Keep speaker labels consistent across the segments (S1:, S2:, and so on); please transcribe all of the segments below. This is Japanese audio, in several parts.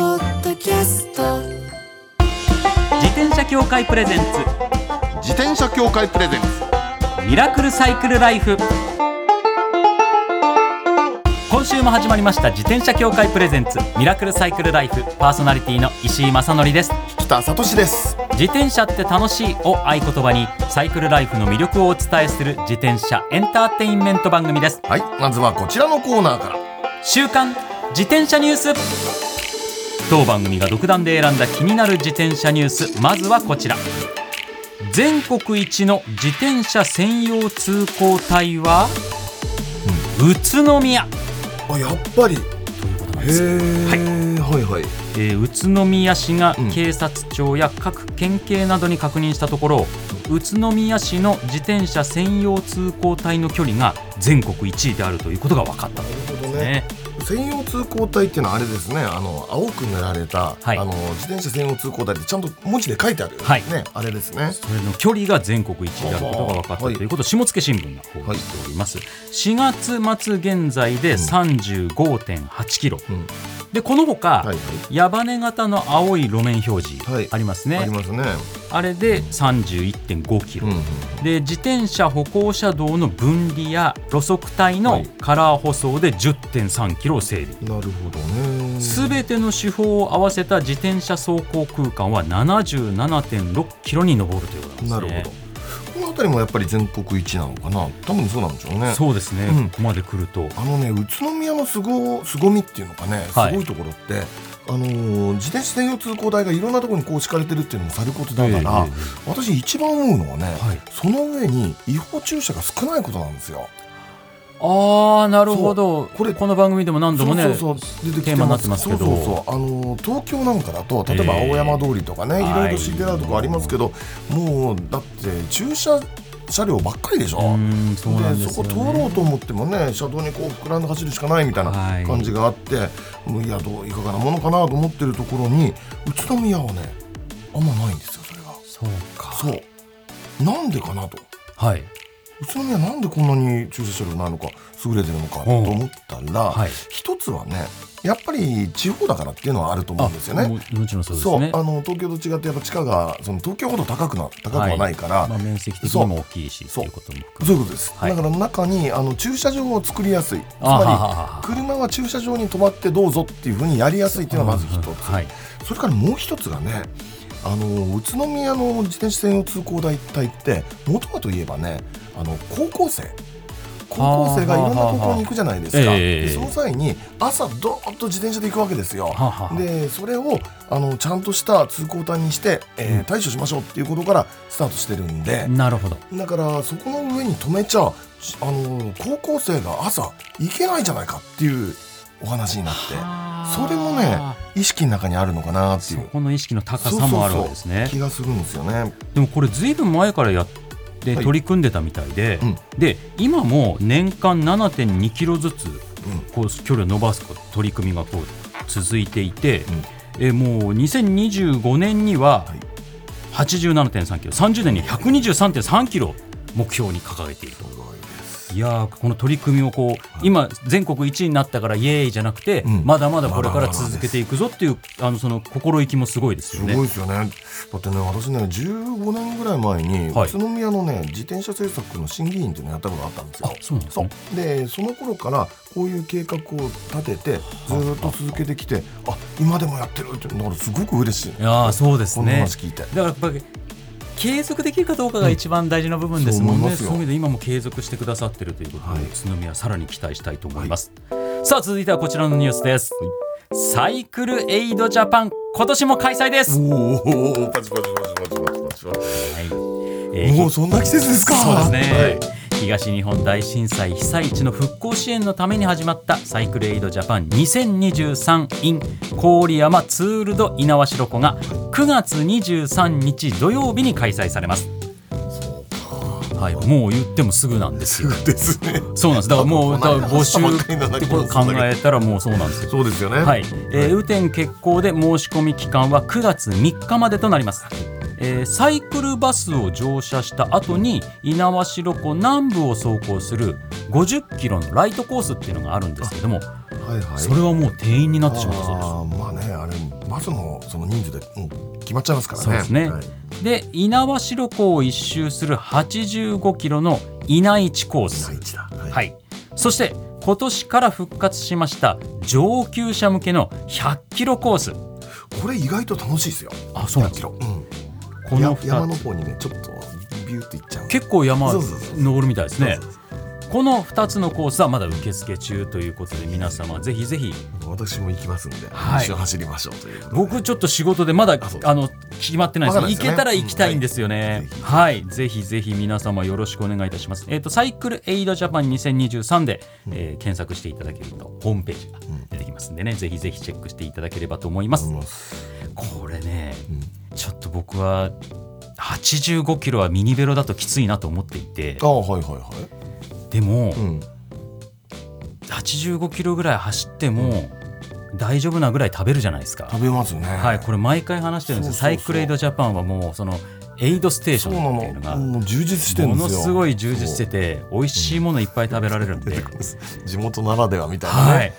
S1: キャスト
S2: 自転車協会プレゼン
S3: 自転車協会プレゼンツ
S2: ツミラクルサイクルライフ今週も始まりました自転車協会プレゼンツミラクルサイクルライフパーソナリティの石井正則です
S3: 北聡です
S2: 自転車って楽しいを合言葉にサイクルライフの魅力をお伝えする自転車エンターテインメント番組です
S3: はいまずはこちらのコーナーから
S2: 週刊自転車ニュース当番組が独断で選んだ気になる自転車ニュースまずはこちら全国一の自転車専用通行帯はうん宇都宮
S3: あやっぱりへえはいはい
S2: えー宇都宮市が
S3: うん
S2: 警察庁や各県警などに確認したところ、宇都宮市の自転車専用通行帯の距離が全国1位であるということが分かったんで
S3: なるほど
S2: す
S3: ね
S2: ね。
S3: 専用通行帯っていうのはあれですねあの青く塗られた、
S2: はい
S3: あの自転車専用通行帯ってちゃんと文字で書いてある、
S2: はい
S3: ねあれですね
S2: それの距離が全国一位であることが分かったと
S3: はい
S2: いうことを下野新聞が報じております、4月末現在で35.8キロ、
S3: うん
S2: でこのほか、
S3: はい
S2: 矢羽型の青い路面表
S3: はい
S2: 示ありますね、
S3: はいありますね
S2: あれで31.5キロ、
S3: うんうん
S2: で自転車歩行者道の分離や路側帯のカラー舗装で10.3キロを整備
S3: なるほどね
S2: すべての手法を合わせた自転車走行空間は77.6キロに上るということなんですね。
S3: なるほどこの辺りもやっぱり全国一なのかな多分そうなんでしょうね
S2: そうですね、
S3: うん
S2: ここまで来ると。
S3: あのね宇都宮のすごすごみっていうのかね、
S2: はい
S3: すごいところって、あのー自転車専用通行台がいろんなところにこう敷かれてるっていうのもさることだから、
S2: ええ
S3: 私一番思うのはね、
S2: はい
S3: その上に違法駐車が少ないことなんですよ。
S2: ああ、なるほど。
S3: そう
S2: こ
S3: こ
S2: れ
S3: れ
S2: この番組でも何度もね、
S3: そうそうそう出てき
S2: テーマ
S3: て
S2: にな
S3: ま
S2: って
S3: す
S2: ますけど
S3: そうそうそうあのー東京なんかだと例えば
S2: ええ
S3: 青山通りとかね、
S2: はい
S3: いろいろ敷いてあるとこありますけど、もうだって駐車車両ばっかりでしょ。
S2: うーんそうなんで
S3: ですそ
S2: よ、
S3: こ
S2: ね。
S3: 通ろうと思ってもね車道にこう膨らんで走るしかないみたいな
S2: はい
S3: 感じがあって、もういやどういかがなものかなと思ってるところに宇都宮はねあんまないんですよそれが
S2: そうか。
S3: そうなんでかなと
S2: はい
S3: 宇都宮なんでこんなに駐車車両ないのか優れてるのかと
S2: うん
S3: 思ったら、
S2: はい。
S3: 一つはねやっぱり地方だからっていうのはあると思うんですよね
S2: ももちろんそうです
S3: そう
S2: ね。
S3: あの東京と違ってやっぱ地価がその東京ほど高くな高くはないから、
S2: まあ面積的にも大きいしって
S3: そう
S2: いうことも含
S3: そういうことです、
S2: はい
S3: だから中にあの駐車場を作りやすいつ
S2: あはは
S3: ま
S2: は
S3: り車は駐車場に止まってどうぞっていうふうにやりやすいっていうのがまず一つ、
S2: うんうんはい
S3: それからもう一つがねあの宇都宮の自転車専用通行台帯って元はといえばねあの高校生高校生がいろんな高校に行くじゃないです
S2: はあ
S3: か、
S2: はあはあええ
S3: でその際に朝どーっと自転車で行くわけですよ、
S2: はあはあ
S3: でそれをあのちゃんとした通行帯にして、えー対処しましょうっていうことからスタートしてるんで、
S2: む。なるほど。
S3: だからそこの上に止めちゃしあの高校生が朝行けないじゃないかっていうお話になってそれもね意識の中にあるのかなってい
S2: そうこの意識の高さもあるわけですね。
S3: 気がするんですよね
S2: でもこれずいぶん前からやって
S3: はい
S2: 取り組んでたみたいで、
S3: うん
S2: で今も年間7.2キロずつこう距離を伸ばすこと取り組みがこう続いていて、えもう2025年には
S3: はい
S2: 87.3キロ30年に123.3キロ目標に掲げていると。
S3: すごいです
S2: いやーこの取り組みをこう今全国1位になったからイエーイじゃなくて、
S3: うん
S2: まだまだこれから続けていくぞっていうあのその心意気もすごいです
S3: す
S2: よ
S3: ご
S2: ね。
S3: いですよねだってね私ね15年ぐらい前に、
S2: はい
S3: 宇都宮のね自転車政策の審議員っていうのをやったことがあったんですよ
S2: あそうなんです
S3: そ
S2: ね。
S3: うでその頃からこういう計画を立ててずーっと続けてきてあ今でもやってるってだからすごく嬉しい
S2: いやーそうです
S3: この
S2: ね。
S3: 話聞いて。
S2: だからやっぱり継続できるかどうかが一番大事な部分ですもんね、
S3: うん
S2: そ
S3: そう
S2: いう
S3: う思いますよ
S2: 意味で今も継続してくださってるということで、
S3: はい
S2: 宇都宮はさらに期待したいと思います、さあ続いてはこちらのニュースです、サイクルエイドジャパン今年も開催です、
S3: おおパチパチパチパチパチパチパチ
S2: はいえー
S3: もうそんな季節ですか
S2: そうですね、
S3: はい
S2: 東日本大震災被災地の復興支援のために始まったサイクルエイドジャパン 2023in 郡山ツールド猪苗代湖が9月23日土曜日に開催されます。はい、もう言ってもすぐなんですよ。
S3: ですね
S2: そうなんです。だからもう、だか
S3: この
S2: ら
S3: 間
S2: 募
S3: 話
S2: 集
S3: したばっかりなんだ
S2: って
S3: け
S2: こ
S3: ど
S2: と考えたらもうそうなんですよ。
S3: そうですよね
S2: はい、えー、雨天決行で申し込み期間は9月3日までとなります、えーサイクルバスを乗車した後に猪苗代湖南部を走行する50キロのライトコースっていうのがあるんですけども、
S3: はいはい
S2: それはもう定員になってしまったそうです
S3: あーまあねあれバ数のその人数でもう決まっちゃいますからね。
S2: そうですね
S3: はい
S2: で猪苗代湖を一周する85キロの稲市コース、
S3: 第一だ。はい
S2: はい、そして今年から復活しました上級者向けの100キロコース
S3: これ意外と楽しいですよ。
S2: あそうなんです
S3: キロ。うん。
S2: この
S3: や山
S2: 2
S3: の
S2: つ
S3: 方にねちょっとビューっていっちゃう。
S2: 結構山
S3: そうそうそう
S2: 登るみたいですね
S3: そうそうそう
S2: この2つのコースはまだ受付中ということで皆様ぜひぜひ
S3: 私も行きますんで、
S2: はい
S3: 一緒に走りましょうということで。
S2: 僕ちょっと仕事でまだ
S3: あそう
S2: あの決まってないです
S3: まだです
S2: 行
S3: ね
S2: けたら行きたいんですよね、
S3: うん
S2: はいぜひぜひ皆様よろしくお願いいたしますえっ、とサイクルエイドジャパン2023で、えー検索していただけるとホームページが出てきますんでね、ぜひぜひチェックしていただければと思います、
S3: うん
S2: これね
S3: うん
S2: ちょっと僕は85キロはミニベロだときついなと思っていて
S3: あはいはいは
S2: でも、
S3: い。うん。
S2: 85キロぐらい走っても大丈夫なぐらい食べるじゃないですか、
S3: 食べますね。
S2: はい、これ毎回話してるんですよ
S3: そうそうそう
S2: サイクルエイドジャパンはもうそのエイドステーシ
S3: そう
S2: ョ
S3: な
S2: ンっていうのが
S3: の。もう充実してる
S2: も
S3: んで
S2: の
S3: すよ。
S2: すごい充実してて美味しいものいっぱい食べられるんで、
S3: そう。地元ならではみたいな
S2: は
S3: ね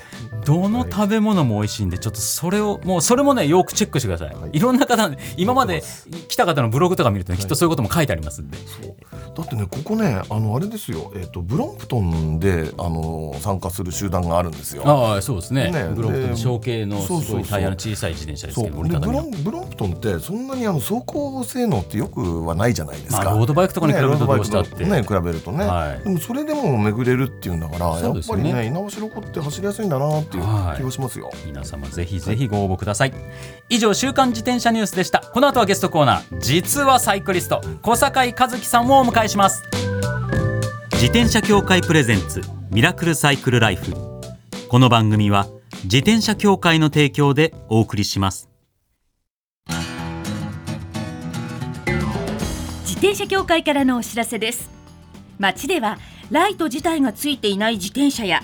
S2: い。、どの食べ物も美味しいんでちょっとそれをもうそれもねよくチェックしてください、
S3: はいい、
S2: ろんな方今まで来た方のブログとか見ると、ね、きっとそういうことも書いてありますんで、
S3: そうだってねここねあのあれですよ、えっとブロンプトンであの参加する集団があるんですよ。
S2: ああそうですね
S3: ね
S2: ブログと
S3: で
S2: か小径の
S3: そう
S2: す
S3: そう
S2: ご
S3: そ
S2: いうタイヤの小さい自転車です
S3: そ
S2: け
S3: う
S2: ど
S3: で
S2: 折り
S3: ブ
S2: たたみ
S3: ロ
S2: の
S3: ンブロンプトンってそんなにあの走行性能ってよくはないじゃないです
S2: まあ
S3: か。
S2: ロードバイクとかに比べると
S3: ね
S2: どうしたって、
S3: ロードバイクとね比べるとね、
S2: はい
S3: でもそれでも巡れるっていうんだから、や
S2: そうで
S3: っ
S2: すよ
S3: ぱ
S2: ね
S3: りね稲城湖って走りやすいんだなっていう
S2: はい
S3: 気がしますよ。
S2: 皆様ぜひぜひご応募ください以上週刊自転車ニュースでしたこの後はゲストコーナー実はサイクリスト小坂井和樹さんをお迎えします自転車協会プレゼンツミラクルサイクルライフこの番組は自転車協会の提供でお送りします
S1: 自転車協会からのお知らせです街ではライト自体がついていない自転車や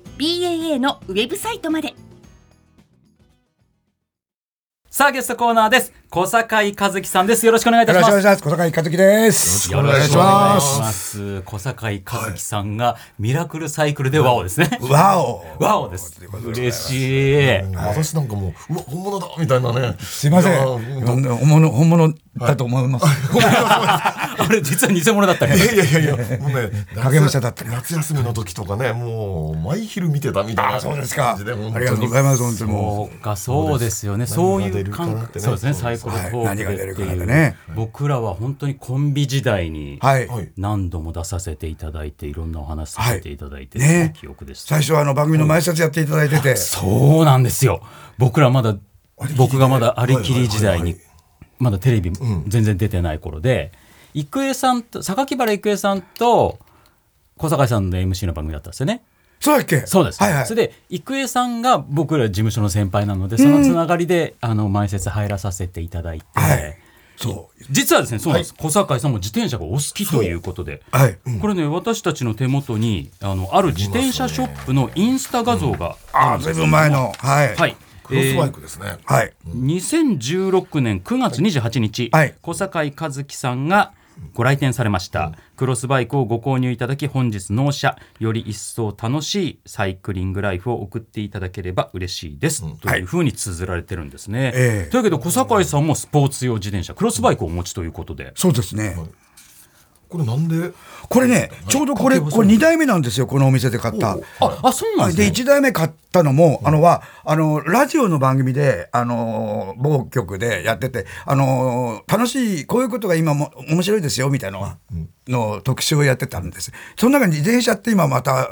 S1: BAA のウェブサイトまで
S2: さあゲストコーナーです小坂井和樹さんですよろしくお願いいた
S4: よ
S2: し
S4: ろしくお
S2: ま
S4: 願い
S2: す
S4: します。小坂井和樹です。
S3: よろしくお願いします
S2: 小坂井和樹さんがミラクルサイクルでワオですね
S4: わお。
S2: ワオです嬉しい
S3: 私なんかもううわ本物だみたいなね。
S4: すいません。
S3: やう
S4: 本物、本物だと思います。
S2: あれ実は偽物だったけど
S3: いやいやいやいや、もうね、
S4: 影武者だった
S3: 夏休みの時とかね、もう毎昼見てたみたいな
S4: あ、そうですか。あ
S3: 感じ
S4: り
S3: で本当に
S4: がとうございます。本当にも
S2: そうか、そうですよね。そういう感
S3: 何が出るかなっ
S2: 覚。
S3: てね
S2: そうですね、
S3: そう
S2: サ
S3: で
S2: イ
S3: す
S2: コロト
S4: はい
S2: ークでって
S4: 何が
S2: い
S4: 出るかなん
S2: う
S4: てね
S2: 僕らは本当にコンビ時代に
S4: う。はい。
S3: はい
S2: 何度も出させていただいて、いろんなお話させていただいて、
S4: はいね
S2: その記憶です。
S4: 最初はあの番組の前説やっていただいてて。
S2: そうなんですよ。僕らまだ、僕がまだありきり時代
S3: はいはい
S2: に
S3: はいは、
S2: まだテレビ全然出てない頃で、郁恵さんと、榊原郁恵さんと、小坂井さんの MC の番組だったんですよね。
S4: そうだっけ。
S2: そうです、
S4: はいはい。
S2: それで郁恵さんが僕ら事務所の先輩なのでそのつながりで、あの前説入らさせていただいて、
S4: はいそう。
S2: 実はですねそうなんです、小坂井さんも自転車がお好きということで、
S4: はい。
S2: これね私たちの手元にあのある自転車ショップのインスタ画像が、
S4: あ、ずいぶん前の。はい。
S2: はい。
S3: クロスバイクですね。
S4: はい。
S2: 2016年9月28日、
S4: はい
S2: 小坂井和樹さんがご来店されました、クロスバイクをご購入いただき本日納車より一層楽しいサイクリングライフを送っていただければ嬉しいです、というふうに綴られてるんですね、
S4: ええ
S2: というわけで小坂井さんもスポーツ用自転車クロスバイクをお持ちということで
S4: そうですね。
S3: これなんで
S4: これね、ちょうどこれ、これ2代目なんですよ、このお店で買った。
S2: ああそうなん
S4: で
S2: ですね
S4: 1代目買ったのも、あのはあのラジオの番組で、あの某局でやってて、あの楽しい、こういうことが今も面白いですよみたいなのはの特集をやってたんです、その中に自転車って今またあ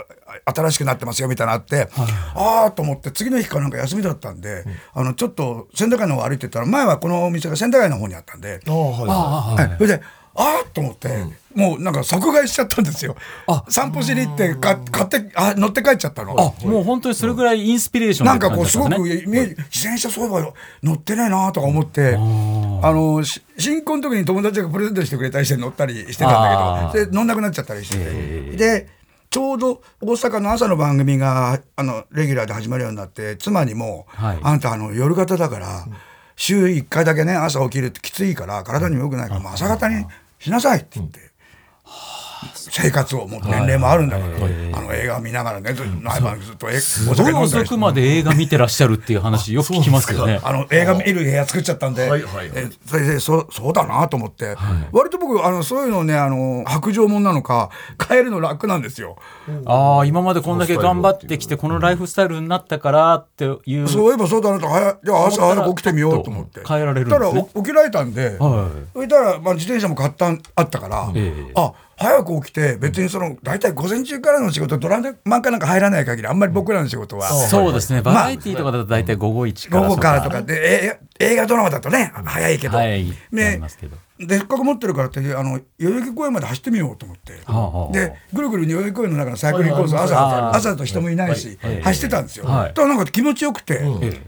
S4: 新しくなってますよみたいなのあって、ああと思って、次の日かなんか休みだったんで、あのちょっと千駄ヶ谷の方歩いてたら、前はこのお店が千駄ヶ谷の方にあったんで、
S3: ああはいは
S2: あ
S4: はい、それで、あーっと思って、もうなんか即買いしちゃったんですよ。散歩しに行って、か買ってあ、乗って帰っちゃったの。
S2: あもう本当にそれぐらいインスピレーション
S4: な
S2: だった
S4: んかこう、すご
S2: 感じだった
S4: く
S2: ね
S4: イメージ、自転車そういえば乗ってないなとか思って、あの、し新婚の時に友達がプレゼントしてくれたりして乗ったりしてたんだ
S2: あ
S4: け
S2: ー
S4: ど、で、乗んなくなっちゃったりしてて。で、ちょうど大阪の朝の番組が、あの、レギュラーで始まるようになって、妻にも、
S2: はい
S4: あんたあの、夜型だから、週1回だけね、朝起きるってきついから、体にも良くないから、もう朝方にしなさいって言って。生活をもう年齢もあるんだから、あの映画見ながらね、ず毎晩ずっとえお
S2: す
S4: 酒
S2: ごい
S4: 飲んだりして
S2: 遅くまで映画見てらっしゃるっていう話よく聞きますよね。
S4: あの映画見る部屋作っちゃったんで、
S3: はいはいはい
S4: えそれでそそうだなと思って、割と僕あのそういうのねあの白状もんなのか変えるの楽なんですよ。
S2: ああ今までこんだけ頑張ってきてこのライフスタイルになったからっていう。
S4: そういえばそうだなと早いじゃあ朝早く起きてみようと思って
S2: 変えられるんですね
S4: たらお起きられたんで、
S2: は
S4: そしたら、まあ、自転車も買ったんあったから、
S2: ええ
S4: あ早く起きて別にその大体午前中からの仕事ドラマかなんか入らない限りあんまり僕らの仕事は。
S2: い。そうですね。
S4: まあ
S2: バラエティーとかだと大体午後一から
S4: 午後からと
S2: か
S4: かでえ映画ドラマだとね早いけど、
S2: はいなり
S4: ね
S2: ますけど
S4: でせっかく持ってるからってあの代々木公園まで走ってみようと思って、
S2: あはあ
S4: でぐるぐる代々木公園の中のサイクリングコース
S3: はいはい
S4: 朝,、
S2: はいはい
S4: 朝だと人もいないし、
S2: はいはい
S4: 走ってたんですよ、
S2: はい
S4: ただなんか気持ちよくて、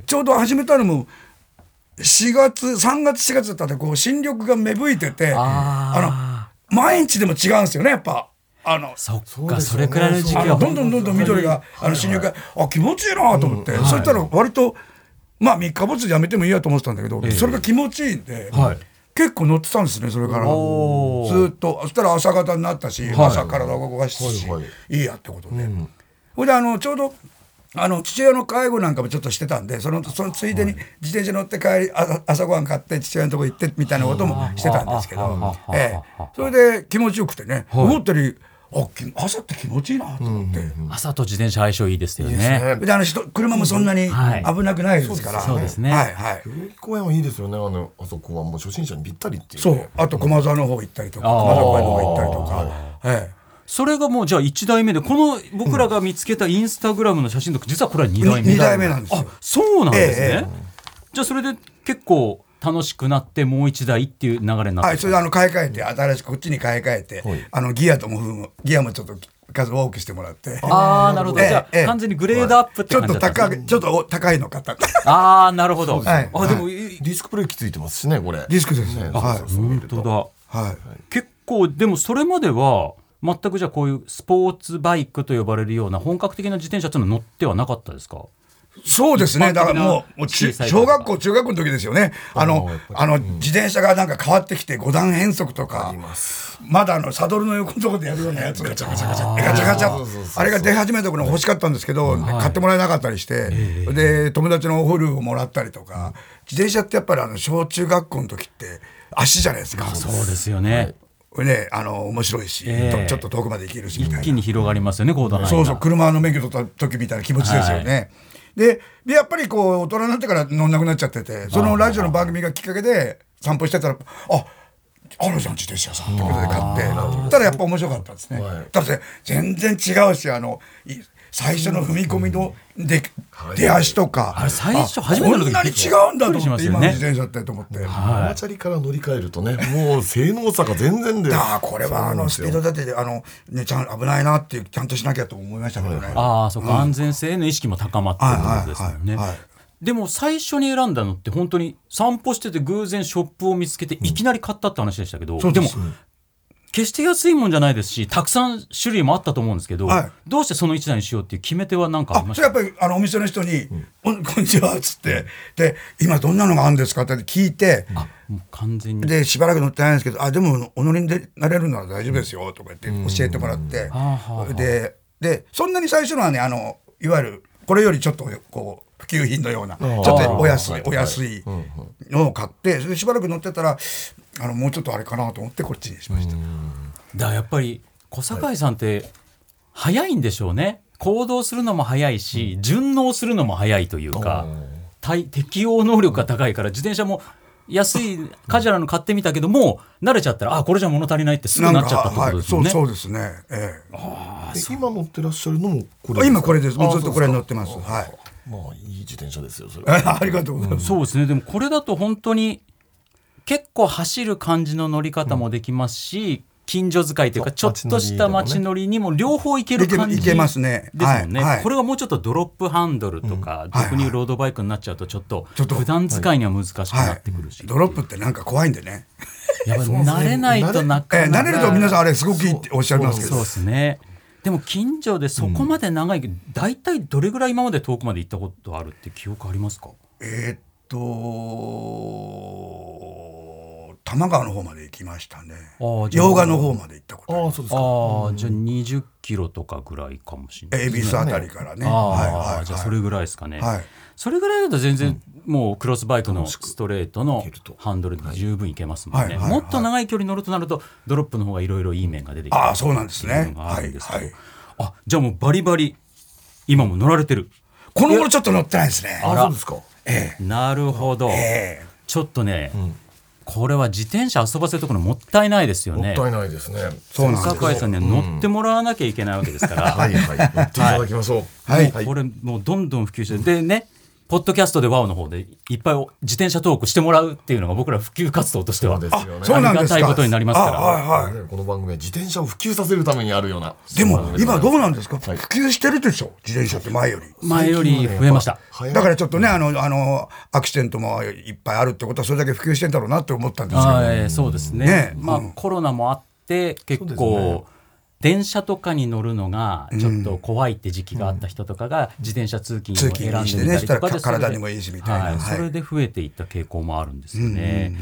S4: ちょうど始めたのも4月3月4月だったんでこう新緑が芽吹いてて
S2: あ
S4: の毎日でも違うんですよねやっぱあの
S2: そっ
S3: う
S2: か
S3: ですよ
S2: そ
S3: ね
S2: れくらいの時期
S4: あ
S2: は
S4: のどんどんどんどん緑が、あの新緑が、あ気持ちいいなと思って、そしたら割と、まあ、三日坊主でやめてもいいやと思ってたんだけど、それが気持ちいいんで、
S2: はい
S4: 結構乗ってたんですね、それから。ず
S2: おー
S4: ーっと、そしたら朝方になったし、朝体を動かすし、、
S3: はいいはい
S4: やってことで。ほいであのちょうどあの父親の介護なんかもちょっとしてたんでそのそのついでに自転車乗って帰りあ朝ごはん買って父親のとこ行ってみたいなこともしてたんですけ
S2: はあは
S4: ど、
S2: あ
S4: ええ、それで気持ちよくてね、思ったよりあき朝って気持ちいいなと思って。
S2: 朝と自転車相性いいですよ
S3: い
S2: ね。
S3: ね
S4: であの人車もそんなに
S2: はい
S4: 危なくないですから、
S2: そうですね
S4: はいはい、
S3: 代々木公園はいいですよねあのあそこはもう初心者にぴったりっていうね、
S4: そうあと駒沢の方行ったりとか
S2: あー
S4: 駒沢公園の方行ったりとか、え
S2: それがもうじゃあ一代目でこの僕らが見つけたインスタグラムの写真とか実はこれは二代目
S4: 二代目なんですよ
S2: あそうなんですね。
S4: えええ
S2: じゃあそれで結構楽しくなってもう一台っていう流れに
S4: え
S2: なっ
S4: は
S2: て
S4: い、
S2: き
S4: そ
S2: た
S4: れであの買い替えて新しくこっちに買い替えて、あのギアとも踏むギアもちょっと数多くしてもらって
S2: ああ、なるほど。
S4: ええ
S2: じゃ
S4: え
S2: あ、
S4: え
S2: 完全にグレードアップって
S4: ちょっ
S2: 感じ
S4: と
S2: だったん
S4: 高
S2: ですね。
S4: い、ちょっとお高いの買った。
S2: ああ、なるほど。
S4: はい
S2: あ、でも、い
S3: ディスクブレーキついてますしねこれ
S4: ディスクですねはい
S3: そうそうそう
S2: 本当
S4: はい。
S2: だ。結構、でもそれまでは、全くじゃあこういうスポーツバイクと呼ばれるような本格的な自転車っていうのは乗ってはなかったですか
S4: そうですね。だからもう、もう
S2: 小
S4: 中
S2: さい
S4: 小学校、中学校の時ですよね。あの
S3: やっ、ぱり
S4: あの、自転車がなんか変わってきて、五段変速とか、まだあの、サドルの横のところでやるようなやつ、ガチャガチャガチャ、ガチャガチ
S3: そうそうそう
S4: ャ、あれが出始めた頃欲しかったんですけど、買ってもらえなかったりして、で、友達のホルをもらったりとか、自転車ってやっぱりあの、小中学校の時って、足じゃないですか。
S2: そうですよね。
S4: ね、あの、面白いし、
S2: ええ
S4: とちょっと遠くまで行けるし、みたい
S2: 一
S4: な
S2: 気。に広がりますよね、行動範囲が。
S4: そうそう、車の免許取った時みたいな気持ちですよね。で、でやっぱりこう、大人になってから乗んなくなっちゃってて、そのラジオの番組がきっかけで散歩してたら、ああるじゃん、自転車さんってことで買って、たらやっぱ面白かったですね。だって、全然違うし、あの、い最初の踏み込みので、出足とか、
S2: あれ最初
S4: あ
S2: 初めての時
S4: こんなに違うんだと
S2: びっくりし
S4: 思
S2: ま
S4: って、
S2: すよね
S4: 今の自転車ってと思って。
S3: ママチャリから乗り換えるとねもう性能差が全然で
S4: ああこれはあのスピードだってあの、ね、ちゃん危ないなっていうちゃんとしなきゃと思いましたけどね。
S2: ああ、そうか、安全性への意識も高まってるってことですよね
S4: はいはいはいはい。
S2: でも最初に選んだのって本当に散歩してて偶然ショップを見つけていきなり買ったって話でしたけど、
S4: そう
S2: で
S4: で
S2: も
S4: す
S2: 決して安いもんじゃないですしたくさん種類もあったと思うんですけど、
S4: はい
S2: どうしてその一台にしようっていう決め手は何かあり
S4: あ
S2: まし
S4: それ
S2: た
S4: やっぱりあのお店の人に「 こんこんにちは」っつって「で今どんなのがあるんですか?」って聞いて
S2: あもう完全に
S4: でしばらく乗ってないんですけど「あでもお乗りになれるなら大丈夫ですよ」とか言って教えてもらって
S2: あはあはあ
S4: ででそんなに最初のはねあのいわゆるこれよりちょっとこう普及品のようなちょっとお安いお安いのを買ってそれでしばらく乗ってたらあのもうちょっとあれかなと思ってこっちにしました。
S2: だからやっぱり小堺さんって早いんでしょうね行動するのも早いし順応するのも早いというか対適応能力が高いから自転車も安いカジュアルの買ってみたけどもう慣れちゃったらあこれじゃ物足りないってすぐなっちゃったってことですよ
S4: なんか
S2: ね。
S4: はい、そうそうですね。え
S3: え今乗ってらっしゃるのもこ
S4: え、
S3: れ
S4: 今これです。
S3: あ
S4: もうずっとこれに乗
S3: そ
S4: ってます。はい。
S3: うですかまあいい自転車ですよそれは
S4: ありがとうござい ます。
S2: そうですねでもこれだと本当に結構走る感じの乗り方もできますし、近所使いというかちょ
S3: そう
S2: っとした街
S3: 街
S2: 乗りにも両方いける感じ
S4: いけますね
S2: ですもんね、
S4: はいはい
S2: これがもうちょっとドロップハンドルとか、俗に言うロードバイクになっちゃうとちょっと
S4: ちょっと
S2: 普段使いには難しくな
S4: は
S2: ってくるし、
S4: い。ドロップってなんか怖いんでね。
S2: やっぱり慣れないとな
S4: え
S2: か
S4: え
S2: な
S4: 慣
S2: か、
S4: れると皆さんあれすごくいいっておっしゃいますけ
S2: そう
S4: ど
S2: で。すねでも近所でそこまで長い、大体どれぐらい今まで遠くまで行ったことあるって記憶ありますか
S4: えーっと、多摩川の方まで行きましたね。
S2: あーじゃあ
S4: 洋画の方まで行ったことあり
S3: ああ
S4: ま
S3: そうですか
S2: ああ、じゃあ20キロとかぐらいかもしれない
S4: す。恵比寿あたりからね。
S2: ああ、
S4: はいはいはい。
S2: じゃあそれぐらいですかね、
S4: はい
S2: それぐらいだと全然もうクロスバイクのストレートの
S3: 楽しくいけると
S2: ハンドルで十分いけますもんね、
S4: はいはいはい
S2: もっと長い距離乗るとなるとドロップの方がいろいろいい面が出てきて
S4: ああそうなんですね
S2: っていうのがあるんですけど、
S4: はいはい
S2: あじゃあもうバリバリ今も乗られてる
S4: この頃ちょっと乗ってないですね。
S2: あ
S3: あ
S2: ら
S3: そうですか
S4: え
S2: なるほど、
S4: ええ
S2: ちょっとね、これは自転車遊ばせるところもったいないですよ
S3: も
S2: ね
S3: ったいないですね
S4: そうなんです
S2: 酒井さんには乗ってもらわなきゃいけないわけです から、
S3: はいはい乗っていただきましょう
S4: はい
S2: これもうどんどん普及してでねポッドキャストで WOW の方でいっぱいお自転車トークしてもらうっていうのが僕ら普及活動としては
S3: そうですよね
S4: え。そうなんですか。
S2: ありがたいことになりますから
S4: あはいはい。
S3: ねこの番組は自転車を普及させるためにあるような
S4: でも今どうなんですか。普
S3: はい
S4: 及してるでしょ。自転車って前より。
S2: 前より増えました。
S4: だかららちょっとね、あの、あの、アクシデントもいっぱいあるってことは、それだけ普及してんだろうなって思ったんですけど。
S2: はい、そうですね。
S4: ねえ
S2: まあ、
S4: うん
S2: コロナもあって結
S3: そうです
S2: 構
S3: ね。
S2: 電車とかに乗るのがちょっと怖いって時期があった人とかが自転車通勤を選んでみたりとか
S4: 通勤してね
S2: で
S4: したら体にもいいしみたいな
S2: は
S4: はい
S2: それで増えていった傾向もあるんですよね。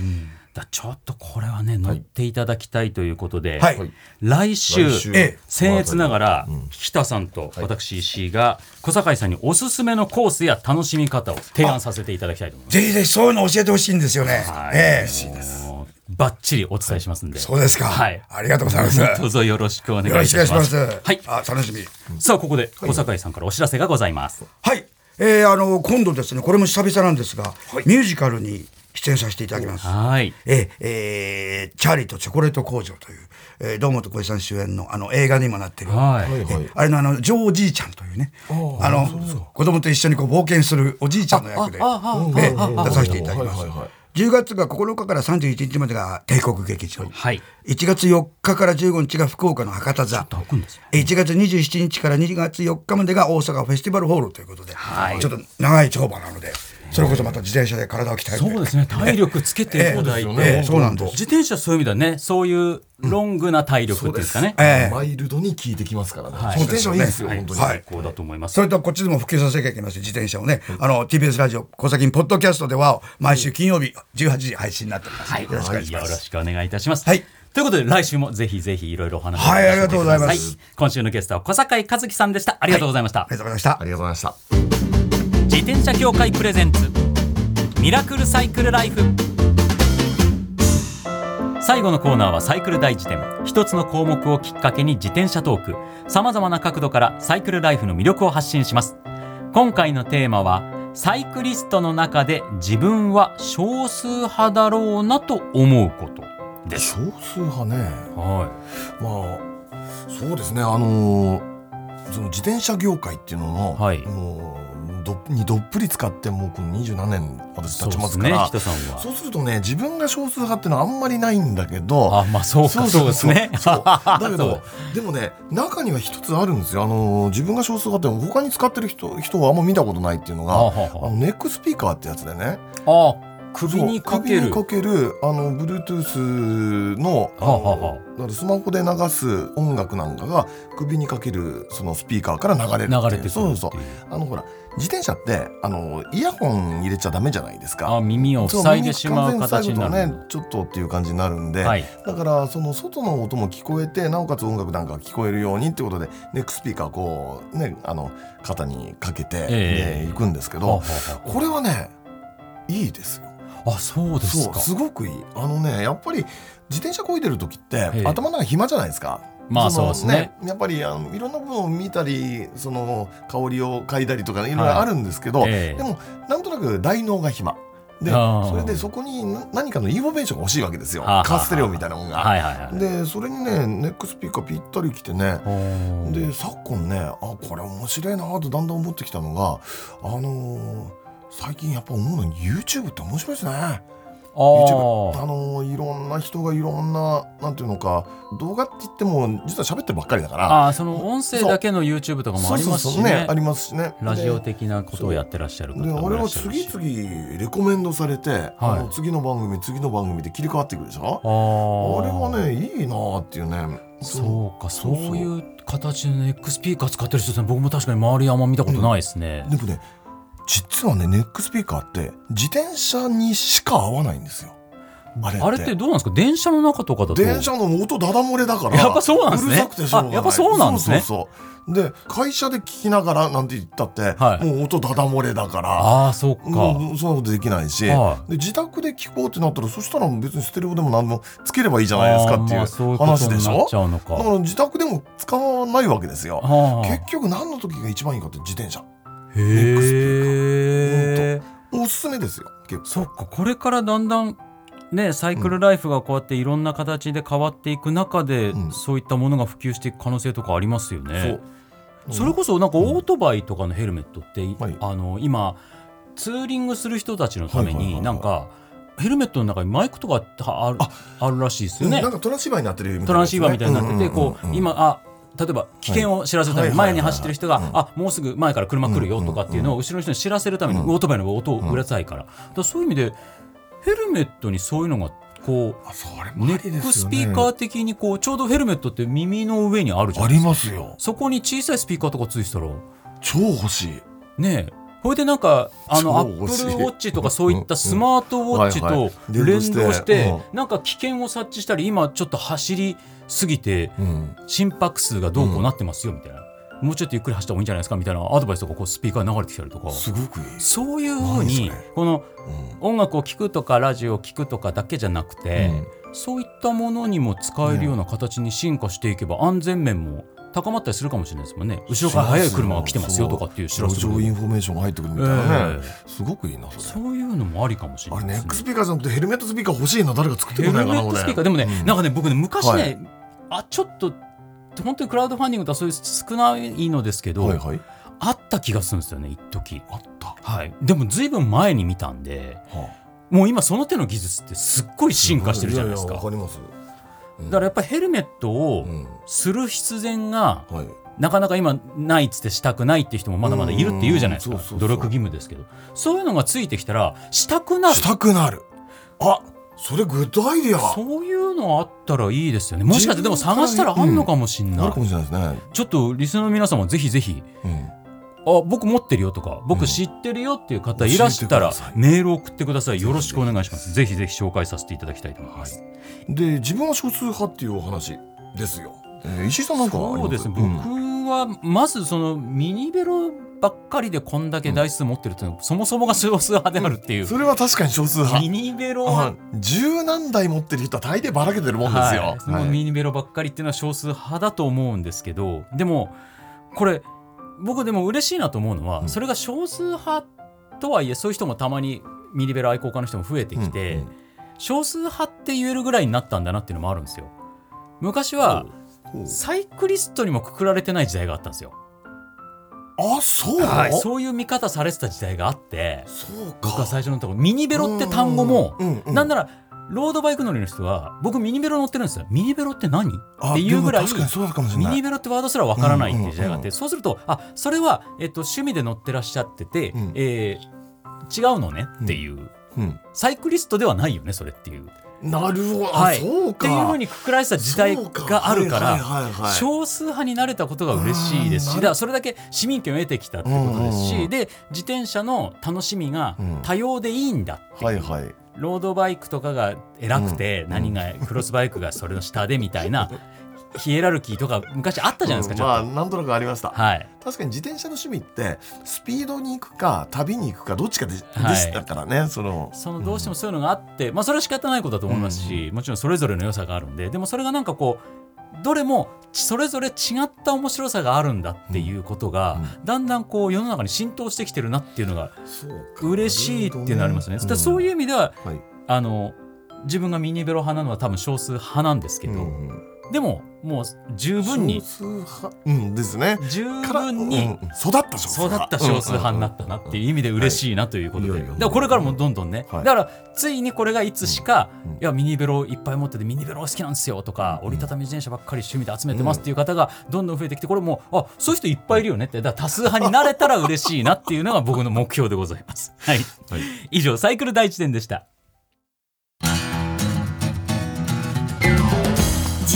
S2: だからちょっとこれはね乗っていただきたいということで、
S4: はい
S2: 来週
S3: 来週
S4: ええ
S2: 僭越ながら菊田さんと私石井が小堺さんにおすすめのコースや楽しみ方を提案させていただきたいと思います。
S4: ぜひぜひそういうの教えてほしいんですよね。
S2: はい
S4: ええ
S2: もうバッチリお伝えしますんで。
S4: そうですか。
S2: はい
S4: ありがとうございます。よ
S2: どうぞよろしくお願いいた
S4: ろし
S2: し
S4: くお願
S2: ま
S4: い
S2: す。
S4: します。
S2: はい。
S4: あ、楽しみ。
S2: さあ、ここで小坂井さんからお知らせがございます。
S4: はい。えー、あの、今度ですね、これも久々なんですが、ミュージカルに出演させていただきます。
S2: はい。
S4: ええーチャーリーとチョコレート工場という、えー、堂本光一さん主演のあの映画にもなってる、
S2: はい
S4: えあれのあのジョーおじいちゃんというねあの子供と一緒にこう冒険するおじいちゃんの役で、えー出させていただきます。
S3: はいはいはい
S4: 10月が9日から31日までが帝国劇場、
S2: はい
S4: 1月4日から15日が福岡の博多座
S2: と開くんですね
S4: 1月27日から2月4日までが大阪フェスティバルホールということで、
S2: はい
S4: ちょっと長い帳場なのでそれこそまた自転車で体を鍛えて
S2: そうですね。体力つけていただいて。
S3: ええ
S4: ええそうなんです
S2: 自転車そういう意味ではね、そういうロングな体力っていうんですかね。
S4: ええ
S3: マイルドに効いてきますからね
S2: はい
S3: 自転車はいいですよ
S2: はい
S3: 本当に
S4: はい
S2: 最高だと思います。
S4: それとこっちでも普及させなきゃいけません自転車をね、あの TBS ラジオ小崎ポッドキャストでは毎週金曜日18時配信になっております、
S2: はい。よ
S4: よろ
S2: ろ
S4: しくお願いします、
S2: しくお願いいたします。
S4: はい
S2: ということで、来週もぜひぜひいろいろお話を聞かせ
S4: は
S2: てください。
S4: いありがとうございます
S2: 今週のゲストは小坂井和樹さんでした。ありがとうございました
S4: あり。がとうございました
S3: ありがとうございました
S2: 自転車協会プレゼンツミラクルサイクルライフ最後のコーナーはサイクル大辞典一つの項目をきっかけに自転車トークさまざまな角度からサイクルライフの魅力を発信します今回のテーマはサイクリストの中で自分は少数派だろうなと思うことです
S3: 少数派ね
S2: は
S3: まあそうですねあのーその自転車業界っていうのも、
S2: はい
S3: もうどにどっぷり使ってもうこの二十何年私経ちます
S2: そう
S3: か
S2: ですね
S3: ら
S2: 人さんは
S3: そうするとね自分が少数派っていうのはあんまりないんだけど
S2: あまあそうかそうですね
S3: そうだけ
S2: そう
S3: どでもね中には一つあるんですよあのー自分が少数派って他に使ってる人人はあんま見たことないっていうのが
S2: あ
S3: あ
S2: はは
S3: のネックスピーカーってやつでね
S2: あ首に
S3: そう
S2: かけ
S3: 首
S2: る
S3: にかけるあの Bluetooth のあ
S2: はあ
S3: の
S2: はあはあ
S3: だからスマホで流す音楽なんかが首にかけるそのスピーカーから流れるっていう
S2: 流れてくるっていう
S3: そうそうそうあのほら自転車ってあのイヤホン入れちゃダメじゃないですか
S2: あ耳を
S3: そう
S2: 塞いでしまう
S3: 耳完全
S2: 形
S3: 塞ぐ
S2: に
S3: と
S2: なる、
S3: ねちょっとっていう感じになるんで、
S2: はい
S3: だからその外の音も聞こえてなおかつ音楽なんかが聞こえるようにってことでネックスピーカーこうねあの肩にかけて、
S2: ええ
S3: ね行くんですけ
S2: はあ
S3: ど
S2: はあはあ
S3: これはねいいですよ。
S2: あそうです
S3: そう
S2: か
S3: すごくいいあのねやっぱり自転車こいでる時って
S2: ええ
S3: 頭の中暇じゃないですか
S2: まあ
S3: の
S2: そうですね
S3: やっぱりあのいろんなものを見たりその香りを嗅いだりとかねいろいろあるんですけど、
S2: はいええ
S3: でもなんとなく大脳が暇で
S2: あー
S3: それでそこにな何かのインフォメーションが欲しいわけですよ
S2: はあはあ
S3: カステレオみたいなものが、
S2: はいはいはい
S3: でそれにねネックスピーカーぴったりきてね
S2: おー
S3: で昨今ねあこれ面白いなとだんだん思ってきたのがあのー最近やっぱ思うのに YouTube って面白いですね。
S2: あー
S3: YouTube あのいろんな人がいろんななんていうのか動画って言っても実は喋ってるばっかりだから
S2: あーその音声だけの YouTube とかもありますし
S3: そうそうそうね
S2: ね
S3: ありますしね
S2: ラジオ
S3: で
S2: 的なことをやってらっしゃる方
S3: で
S2: もい
S3: 俺
S2: らっ
S3: は
S2: しゃる
S3: 次
S2: し
S3: 々レコメンドされて、あの次の番組次の番組で切り替わってくるでしょ
S2: あ
S3: あ
S2: ー
S3: れはねいいなーっていうね
S2: そうかそ
S3: そうそう
S2: ういう形のネックスピーカー使ってる人って僕も確かに周りあんま見たことないですね、
S3: でもね実はねネックスピーカーって自転車にしか合わないんですよあれって
S2: あれってどうなんですか電車の中とかだと
S3: 電車の音ダダ漏れだから
S2: やっぱそうなんですね
S3: うるさくてしょうがない
S2: あやっぱそうなんですね
S3: そうそうそうで会社で聞きながらなんて言ったって、
S2: はい
S3: もう音ダダ漏れだから
S2: ああそうか、
S3: もうそんなことできないし、
S2: はい
S3: で自宅で聞こうってなったらそしたら別にステレオでも何でもつければいいじゃないですかっ
S2: あーま
S3: てい
S2: あそういう
S3: う
S2: こと
S3: 話でし
S2: になっ
S3: ょ
S2: ちゃうのか
S3: だから自宅でも使わないわけですよ
S2: はあ
S3: 結局何の時が一番いいかって自転車
S2: へえ
S3: おすすめですよ結構
S2: そっかこれからだんだんねサイクルライフがこうやっていろんな形で変わっていく中で、
S3: うん
S2: そういったものが普及していく可能性とかありますよね。
S3: そう
S2: それこそなんかオートバイとかのヘルメットって、
S3: はい
S2: あの今ツーリングする人たちのため
S3: はいはいはいは
S2: に
S3: い
S2: なんかヘルメットの中にマイクとかってあるあるらしいです
S3: う
S2: よ
S3: ん
S2: ね
S3: な。んかトランシーバーになってるみた
S2: トラ
S3: いな
S2: ン
S3: やつ
S2: シー
S3: ね、
S2: バーみたいになってて
S3: んんん
S2: こう今あ例えば危険を知らせるために
S3: はい
S2: 前に走ってる人
S3: はい
S2: が
S3: はいはい
S2: あもうすぐ前から車来るよとかっていうのを後ろの人に知らせるためにオートバイの音をうるさいからだからそういう意味でヘルメットにそういうのがこう
S3: あそれも
S2: ネ
S3: ありですよね
S2: ックスピーカー的にこうちょうどヘルメットって耳の上にあるじゃ
S3: あ
S2: ないで
S3: り
S2: すか
S3: ますよ
S2: そこに小さいスピーカーとかついてたら
S3: 超欲しい
S2: ねえこれでなんかあのアップ
S3: 超
S2: ルウ
S3: 欲しい
S2: ォッチとかそういったスマートウォッチ
S3: うんうん
S2: と
S3: はいはい
S2: 連動
S3: 連動
S2: し
S3: してて
S2: なんか危険を察知したり今ちょっと走りすぎて
S3: うん
S2: 心拍数がどうこうなってますよみたいな、もうちょっとゆっくり走った方がいいんじゃないですかみたいなアドバイスとかこうスピーカーに流れてきたりとか
S3: すごくいい、
S2: そういうふうに
S3: 何それ
S2: この
S3: うん
S2: 音楽を聴くとかラジオを聴くとかだけじゃなくて、そういったものにも使えるような形に進化していけば安全面も高まったりするかもしれないですもんね後ろから速い車が来てますよとかっていう知らせと
S3: 路
S2: か
S3: 上インフォメーションが入ってくるみたいなね、
S2: え
S3: すごくいいなそれ
S2: そういうのもありかもしれ
S3: あ
S2: な
S3: れ
S2: い
S3: ネ
S2: で
S3: ッ
S2: す
S3: クス
S2: ね。
S3: ピーカーじゃなくてヘルメットスピーカー欲しいな誰か作って
S2: ヘ
S3: くれ
S2: ルメ
S3: ないかな
S2: ッ
S3: こ
S2: ト
S3: れ
S2: スピーカーでもね、
S3: うん
S2: なんかね僕ね昔ね、
S3: はい
S2: あちょっと本当にクラウドファンディングとかそういう少ないのですけど、
S3: はいはい
S2: あった気がするんですよね一時
S3: あった、
S2: はいでもずいぶん前に見たんで
S3: はあ
S2: もう今その手の技術ってすっごい進化してるじゃないですか
S3: ややわかります、
S2: だからやっぱりヘルメットを
S3: うん
S2: する必然が
S3: はい
S2: なかなか今ないっつってしたくないって人もまだまだいるって言うじゃないですか
S3: うんうんそうそうそ
S2: 努
S3: う
S2: 力義務ですけどそういうのがついてきたらしたくなる
S3: したくなるあそれグッドアイディア
S2: そういうのあったらいいですよねもしかしてでも探したらあんのかもしん
S3: な
S2: ない
S3: るかもしれないですね、
S2: ちょっとリスナーの皆様ぜひぜひ
S3: うん
S2: あ僕持ってるよとか僕知ってるよっていう方いらしたら
S3: 教えてください
S2: メールを送ってくださいよろしくお願いしますぜひぜひ紹介させていただきたいと思います、
S3: で自分は少数派っていうお話ですよ、えー、石井さんなんかあります
S2: そうですね、
S3: ん
S2: 僕はまずそのミニベロばっかりでこんだけ台数持ってるっていうのはそもそもが少数派であるっていう、
S3: それは確かに少数派
S2: ミニベロ
S3: あ
S2: は
S3: 十何台持ってる人は大抵ばらけてるもんですよ。
S2: はいそのミニベロばっかりっていうのは少数派だと思うんですけどでもこれ僕でも嬉しいなと思うのは、
S3: ん
S2: それが少数派とはいえそういう人もたまにミニベロ愛好家の人も増えてきて、
S3: うんうん
S2: 少数派って言えるぐらいになったんだなっていうのもあるんですよ。昔は
S3: ほう
S2: サイクリストにもくくられてない時代があったんですよ。
S3: あそう、
S2: はい、
S3: そう
S2: そういう見方されてた時代があって
S3: か。
S2: 僕は最初のところミニベロって単語も
S3: うんうんうん
S2: なんならロードバイク乗りの人は僕ミニベロ乗ってるんですよミニベロって何っ
S3: あ
S2: ていうぐらい
S3: でも確かにそうだかもしれ
S2: ミ
S3: ない。
S2: ニベロってワードすらわからないっていう時代があっ
S3: うんう
S2: て
S3: んう
S2: そうするとあそれは、えっと、趣味で乗ってらっしゃってて、
S3: うん
S2: えー違うのねっていう、
S3: うん
S2: サイクリストではないよねそれっていう。
S3: なるほど、
S2: は
S3: あ
S2: い
S3: そう
S2: っていう
S3: か。
S2: ふうにくくられてた時代があるから
S3: そうはいはいはいはい
S2: 少数派になれたことが嬉しいですし
S3: うん
S2: だからそれだけ市民権を得てきたってことです
S3: うんうんう
S2: し
S3: ん
S2: で自転車の楽しみが
S3: うん
S2: 多様でいいんだって
S3: はいはい。
S2: ロードバイクとかが偉くて何がクロスバイクがそれの下でみたいなヒエラルキーとか昔あったじゃないですか、
S3: うん
S2: ちょ
S3: ま
S2: っ
S3: あなんとなくありました、
S2: と。はい。
S3: 確かに自転車の趣味ってスピードに行くか旅に行くかどっちかで,、
S2: はい
S3: したからねその
S2: そのどうしてもそういうのがあって、まあそれは仕方ないことだと思いますし、もちろんそれぞれの良さがあるんででもそれがなんかこうどれもそれぞれ違った面白さがあるんだっていうことが、だんだんこう世の中に浸透してきてるなっていうのが嬉しいっていうのはありますね。でそういう
S3: う
S2: 意味では
S3: ん、はい
S2: あの自分がミニベロ派なのは多分少数派なんですけど、
S3: うん
S2: でももう十分に
S3: 少数派うんですね
S2: 十
S3: から
S2: 分
S3: うん
S2: に
S3: 育った少数
S2: 育った
S3: 派
S2: 少数派になったなっていう意味で嬉しいなということで、
S3: はいい
S2: だ
S3: やい
S2: か
S3: や
S2: らこれからもどんどんね、
S3: はい
S2: だからついにこれがいつしか、
S3: うんう
S2: い
S3: ん
S2: やミニベロいっぱい持っててミニベロ好きなんですよとか、折りたたみ自転車ばっかり趣味で集めてますっていう方がどんどん増えてきてこれもうあそういう人いっぱいいるよねってだから多数派になれたら嬉しいなっていうのが僕の目標でございます。はい、
S3: はい
S2: 以上サイクル第一伝でした
S1: 自